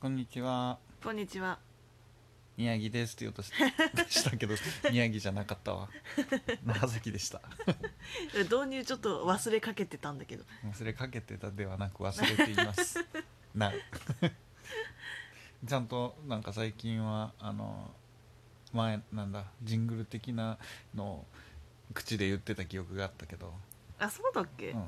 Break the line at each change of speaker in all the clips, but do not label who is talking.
こんにちは
こんにちは
宮城ですって言おうとし したけど宮城じゃなかったわ長崎でした
導入ちょっと忘れかけてたんだけど
忘れかけてたではなく忘れていますな ちゃんとなんか最近はあの前なんだジングル的なのを口で言ってた記憶があったけど
あそうだっけ、
うん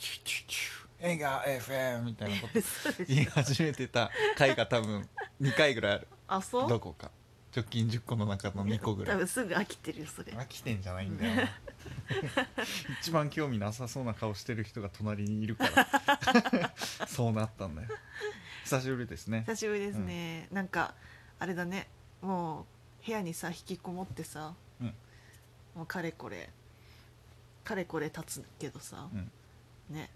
チュチュチュ映画 FM みたいなこと
そうでしょ
言い始めてた回が多分2回ぐらいある
あそう
どこか直近10個の中の2個ぐら
多
い
分すぐ飽きてるよそれ
飽きてんじゃないんだ よな一番興味なさそうな顔してる人が隣にいるから そうなったんだよ久しぶりですね
久しぶりですね、なんかあれだねもう部屋にさ引きこもってさ、
うん
もうかれこれかれこれ経つけどさ、
うん
ね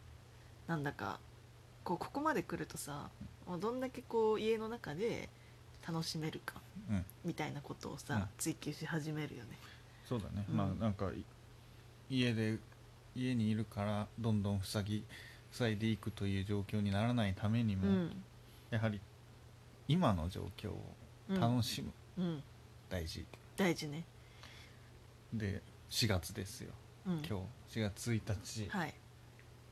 なんだかこうここまで来るとさもうどんだけこう家の中で楽しめるか
うん
みたいなことをさ、
うん
追求し始めるよね
そうだね、
うん
まあなんかい家で家にいるからどんどん塞ぎ塞いでいくという状況にならないために
う
も、
ん、
やはり今の状況を
うん、
楽しむ、
うん
大事
大事ね、
で4月ですよ
うん、
今日4月1日、
はい、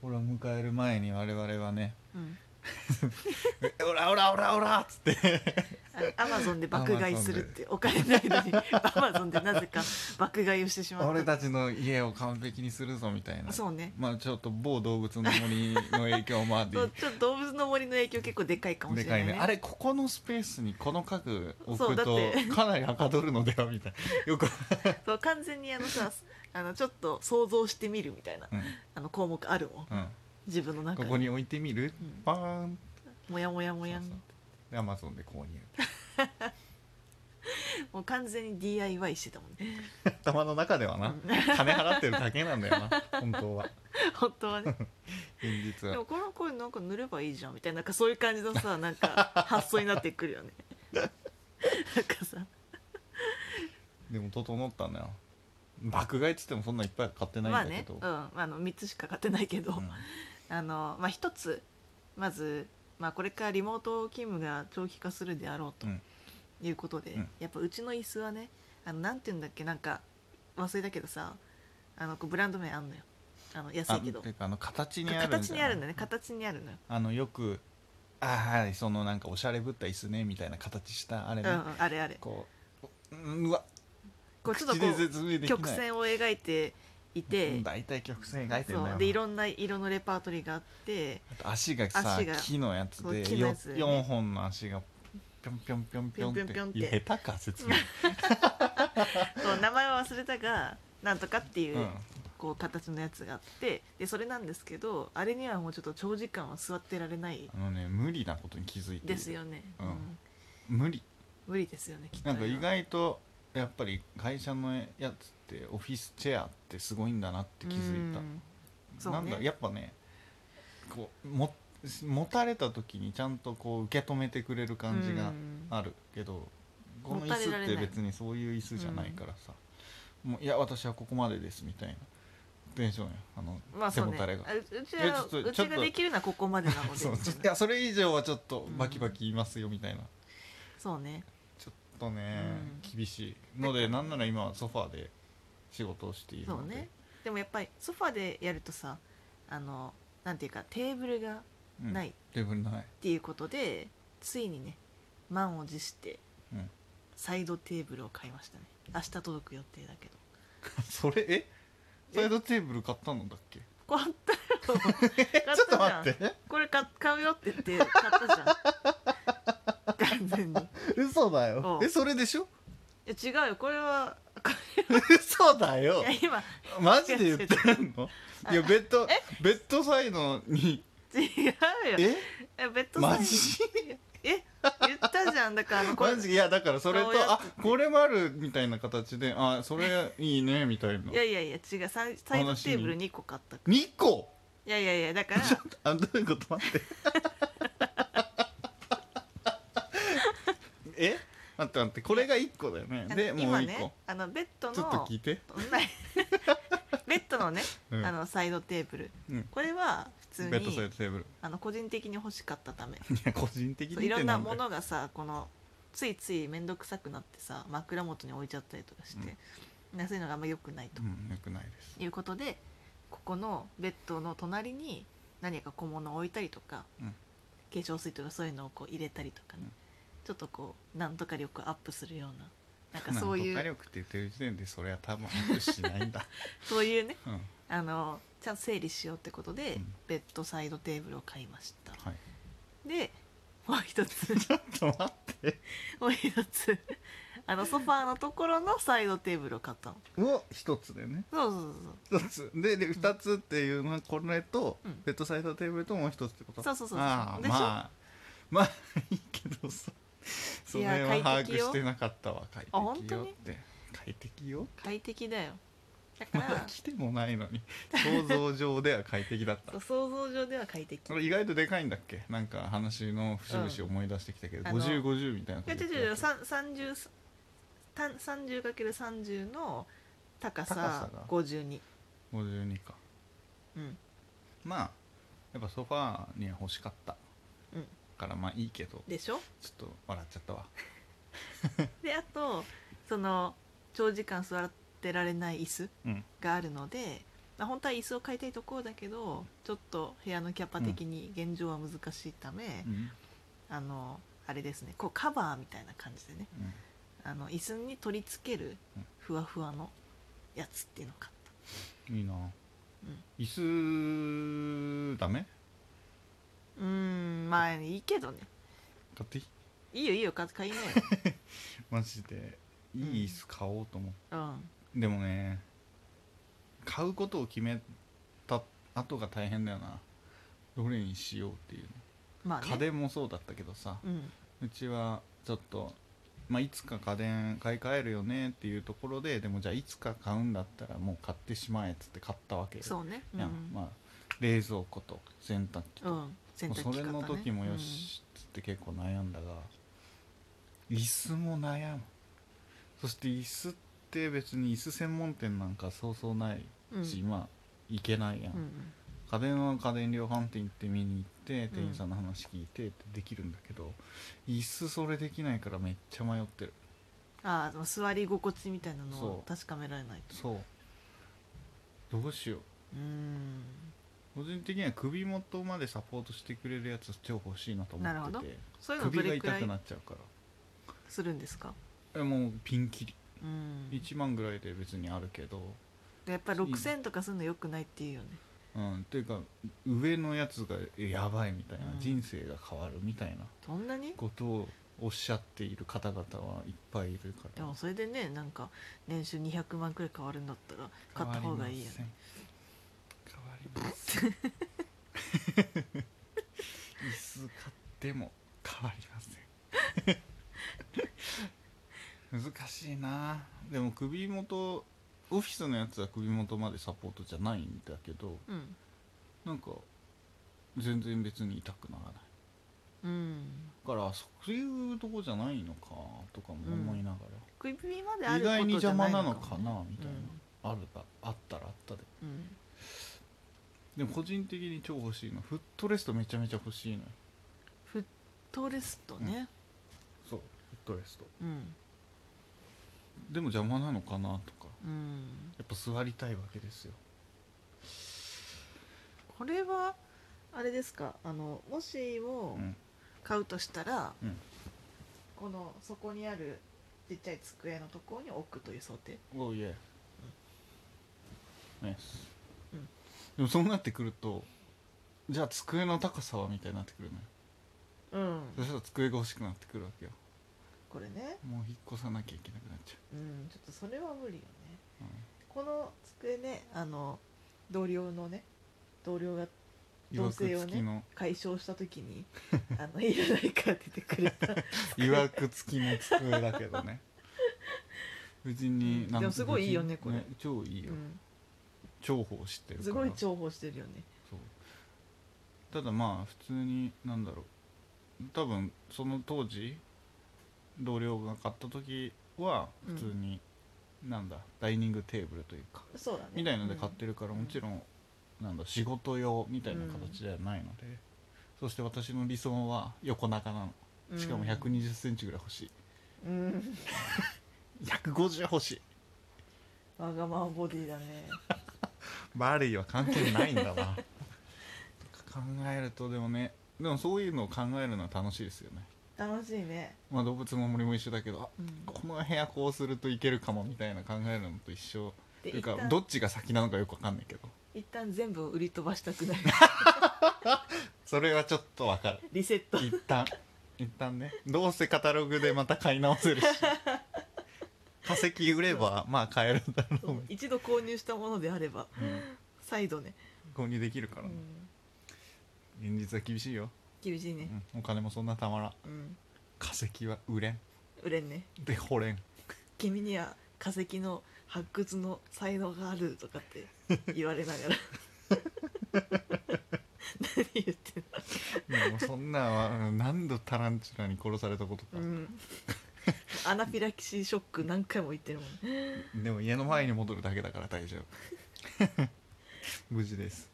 俺を迎える前に我々はね
うん、
「えオラオラオラオラ!」っつって
アマゾンで爆買いするってお金ないのに アマゾンでなぜか爆買いをしてしまった
俺たちの家を完璧にするぞみたいな
そうね
まあちょっと某動物の森の影響もあり
そうちょっと動物の森の影響結構でかいかもし
で
れ
か
ないい
ね
ね
あれここのスペースにこの家具
そ
置
う
く
だっ
と
て
かなりはかどるのではみたい なよく、
そう完全にあのさあのちょっと想像してみるみたいな
うん
あの項目あるもん
うん
自分の中
こ
に
こに置いてみる
うん
パーン
もやもやもやん
そうそうでアマゾンで購入
もう完全に DIY してたもん ね
頭の中ではな金払ってるだけなんだよな本当は
本当はね
現実は
でもこの声なんか塗ればいいじゃんみたいななんかそういう感じのさなんか発想になってく るよねなんかさ
でも整ったんだよ爆買いっつってもそんないっぱい買って
ま
な
あ
いんだけ
ね、
ど、
うん、あの3つしか買ってないけど、
うん
あのまあ一つまず、まあ、これからリモート勤務が長期化するであろうと
うん
いうことで、
うん
やっぱうちの椅子はねあのなんて言うんだっけなんか忘れたけどさあのこうブランド名あんのよあの安
あ
いけど
ていうかあの形にあるんだよ
形にあるんだよね形にあるのよ、
あのよくあーはいそのなんかおしゃれぶった椅子ねみたいな形したあれ
うん
ね、
うん、あれあれ
こううんうわ
こうちょっと
口
こ
で
う
説明できない
曲線を描いていて、
うん大体曲線描いてんだ
そ
よ
うでいろんな色のレパートリーがあって
あと足がさ
足が
木のやつ
そう
で
木のやつでね
4本の足がぴょんぴょんぴょんぴょんって
ぴょんぴょんぴょん
下
って
手か説明、
そう名前は忘れたがなんとかっていう、
うん、
こう形のやつがあってでそれなんですけどあれにはもうちょっと長時間は座ってられない
あのね無理なことに気づいて
ですよね、
うん無理
無理ですよねきっと
なんか意外とやっぱり会社のやつってオフィスチェアってすごいんだなって気づいた、
うんそう
な
ね
んだやっぱねこうも持たれた時にちゃんとこう受け止めてくれる感じが
うん
あるけど、この
持たれら
椅子っ
れない
て別にそういう椅子じゃないからさ「もういや私はここまでです」みたいなテンションやあの、
まあ
背
そう
も
ね
たれが
あ。ううち
いや
は
ちょっと
う
ちょっ
ち
と
ができるのはここまでなので
そう
みた
ちょ
い
っ
な
といやそれ以上はちょっとバキバキ言いますよみたいな、
そうね
ちょっとね、
う
厳しいのでなんなら今はソファーで仕事をしている
そ
の
う
で
ねでもやっぱりソファでやるとさあのなんていうかテーブルが
うん
ないっ
テーブルない、
ていうことで、ついにね満を持して
うん、
サイドテーブルを買いましたね明日届く予定だけど
それえサイドテーブル買ったのだっけ
こうったよ
ちょっと待って
これ買買うよって言って買ったじゃん完 全に
嘘だよ
うん
えそれでしょ
いや違うよこれはこ
嘘だよ
れいや今
マジで言ってんの
あ
いやベッドベッドサイドに
違うよ
え
えベッドサイ
マ
ド
ジ
え言ったじゃんだからあのこれ
マジいやだからそれと
こうや
あ
って
これもあるみたいな形であそれいいねみたいない
やいやいや違うサイサイドテーブル2個買ったい
2個
やいやいやだから
あどういうこと 待ってえ待って待ってこれが1個だよ ね
あの
でもう
今
1個
ねあのベッドの
ちょっと聞いて
ベッドのね、
うん
あのサイドテーブル、
うん
これは通
ベッドサイ
に
ドテーブル
あの個人的に欲しかったため
いや個人的にっ
そう
て
いろんな
だ
も
よ
のがさこのついつい面倒くさくなってさ枕元に置いちゃったりとかして、なそういうのがあんま良くないと
うんよくないです
いうことでここのベッドの隣に何か小物を置いたりとか、
うん
化粧水とかそういうのをこう入れたりとかね、
うん
ちょっとこうなんとか力アップするようななんかそう い
なんとか
う
力って言ってる時点でそれは多分アップしないん だ
そういうね
うんは
あのちゃんと整理しようってことで、
うん
ベッドサイドテーブルを買いました
い
でもう一つ
ちょっと待って
もう一つあのソファーのところのサイドテーブルを買ったの
を一つでね
そうそうそうそう
一つでで二つっていうのはこれと、
うん
ベッドサイドテーブルともう一つってこと
そうそうそうそう
ああ
でしょ
まあまあいいけどさそ
い
れ
や
は把
快
握
適よ
してなかったわ快
あ本
適
当
よ
に
って快適よ
快適だよだか
まだ
ら
来てもないのに想像上では快適だった
そう想像上では快 適
これ意外とでかいんだっけなんか話の節々思い出してきたけど、
うんあの
5050みたいなこ
いや
と
違
言
う
ってた
違う違うさん30た 30×30 の高
高さ
さ
が
52、
52か
うん、
まあやっぱソファーには欲しかった、
うん
からまあいいけど
でしょ
ちょっと笑っちゃったわ
であとその長時間座ってられない椅子
うん
があるので、まあ、本当は椅子を買いたいところだけどちょっと部屋のキャパ的に現状は難しいため、
うん
あのあれですねこうカバーみたいな感じでね
うん
あの椅子に取り付ける
うん
ふわふわのやつっていうのを買った
いいな、
う
椅子ダメ
うーんまあいいけどね
買っていい
いいよいいよ 買買いなよ、
マジでいい椅子買おうと思っ
うん、
て、でもね買うことを決めた後が大変だよなどれにしようっていうね、
まあね
家電もそうだったけどさ、
うん
うちはちょっと、まあ、いつか家電買い替えるよねっていうところででもじゃあいつか買うんだったらもう買ってしまえっつって買ったわけよ
そうねうん
いやまあ冷蔵庫と洗濯機と
うん洗濯機
もうそ
買っ
れ
たね
の時もよしっつって結構悩んだが、椅子も悩むそして椅子って別に椅子専門店なんかそうそうない
うん
し、まあ行けないやん、
うんうん
家電は家電量販店行って見に行って店員さんの話聞いてってできるんだけど、椅子それできないからめっちゃ迷ってる
ああその座り心地みたいなのを
そ
確かめられないと
そうどうしよう
うーん
個人的には首元までサポートしてくれるやつ超欲しいなと思
なるほ
っ
ど
てて
そういうのど
首が
れく
痛
ら
くないっちゃうから
するんですか
えもうピンキリ
うん
1万ぐらいで別にあるけど
でやっぱ6000とかするのよくないっていうよね
うんっていうか上のやつがやばいみたいな、
うん
人生が変わるみたいな
どんなに
ことをおっしゃっている方々はいっぱいいるか
で
ら
もそれでねなんか年収200万くらい変わるんだったら買った方がいいよね
変わりません変わりません椅子買っても変わりません難しいなでも首元オフィスのやつは首元までサポートじゃないんだけど
うん
なんか全然別に痛くならない
うん
だからそういうとこじゃないのかとかも思いなが
首まで
ら、
あ
意
ることじゃ
外に邪魔
ない
なの
も
か
ね
なみたいな、あるだあったらあったで
うん、うん
でも個人的に超欲しいのフットレストめちゃめちゃ欲しいのよ
フットレストね
そうフットレスト
うん
でも邪魔なのかなとか
うん
やっぱ座りたいわけですよ
これはあれですかあのもし
う
も
ん
買うとしたら、
うん
このそこにあるちっちゃい机のところに置くという想定
おいえナイス
うん
でもそうなってくるとじゃあ机の高さはみたいになってくるのよ
う
そ
ん
したら机が欲しくなってくるわけよ
これね
もう引っ越さなきゃいけなくなっちゃ
うんちょっとそれは無理よね
う、うん
この机ねあの同僚のね同僚が同棲
曰く
を
付き
ね
の
解消した時に あのいらないから出てく れた
いわくつきの机だけど ね別に
うん
なん
でもすごいいいよね
無事
こ
超いいよ、
う
重宝してる
ん、
から
すごい重宝してるよね
そうただまあ普通になんだろう多分その当時同僚が買った時は普通に、なんだダイニングテーブルというか
そうだね
みたいので買ってるから、
うん
もちろんなんだ仕事用みたいな形ではないので、そして私の理想は横長なのしかも1 2 0ンチぐらい欲しい、
うん
150欲しい
わがままボディだね
バレーは関係ないんだな考えるとでもねでもそういうのを考えるのは楽しいですよね
楽しいね、
まあ動物の森も一緒だけどあ
うん、
この部屋こうするといけるかもみたいな考えるのと一緒と
で
いう
一
か
旦
どっちが先なのかよくわかんないけど
一旦全部を売り飛ばした くなる
それはちょっとわか る
リセット
一旦一旦ねどうせカタログでまた買い直 せるし化石売ればまあ買えるんだろう、
そう一度購入したものであれば
うん
再度ね、
購入できるか
う
らね、
ん、
現実は厳しいよ、
厳しいうね、
ん、お金もそんなたまらん
うん、
化石は売れん
売れんね
で掘れん
君には化石の発掘の才能があるとかって言われな がら何言ってん
でもそんなんはうん何度タランチュラに殺されたことか
の、う、ん、 アナフィラキシーショック何回も言ってるもんね
でも家の前に戻るだけだから大丈夫 無事です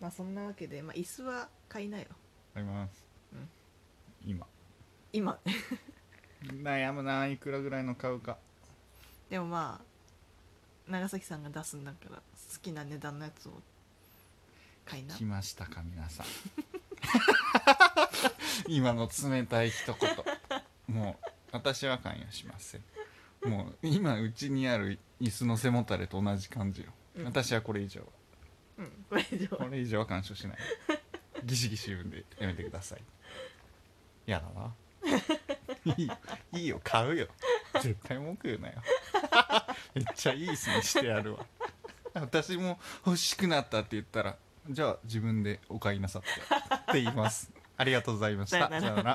まあそんなわけで、まあ、椅子は買いなよ
あります、
うん
今
今
悩むないくらぐらいの買うか
でもまあ長崎さんが出すんだから好きな値段のやつを買いな
来ましたか皆さん 今の冷たい一言もう私は関与しませんもう今うちにある椅子の背もたれと同じ感じよ、
うん
私はこれ以上は
うんこれ以上
これ以上は干渉しないギシギシ言うんでやめてくださいやだな いいよいいよ買うよ絶対文句言うなよ めっちゃいい椅子にしてやるわ私も欲しくなったって言ったらじゃあ自分でお買いなさってって言いますありがとうございました
さよなら
なら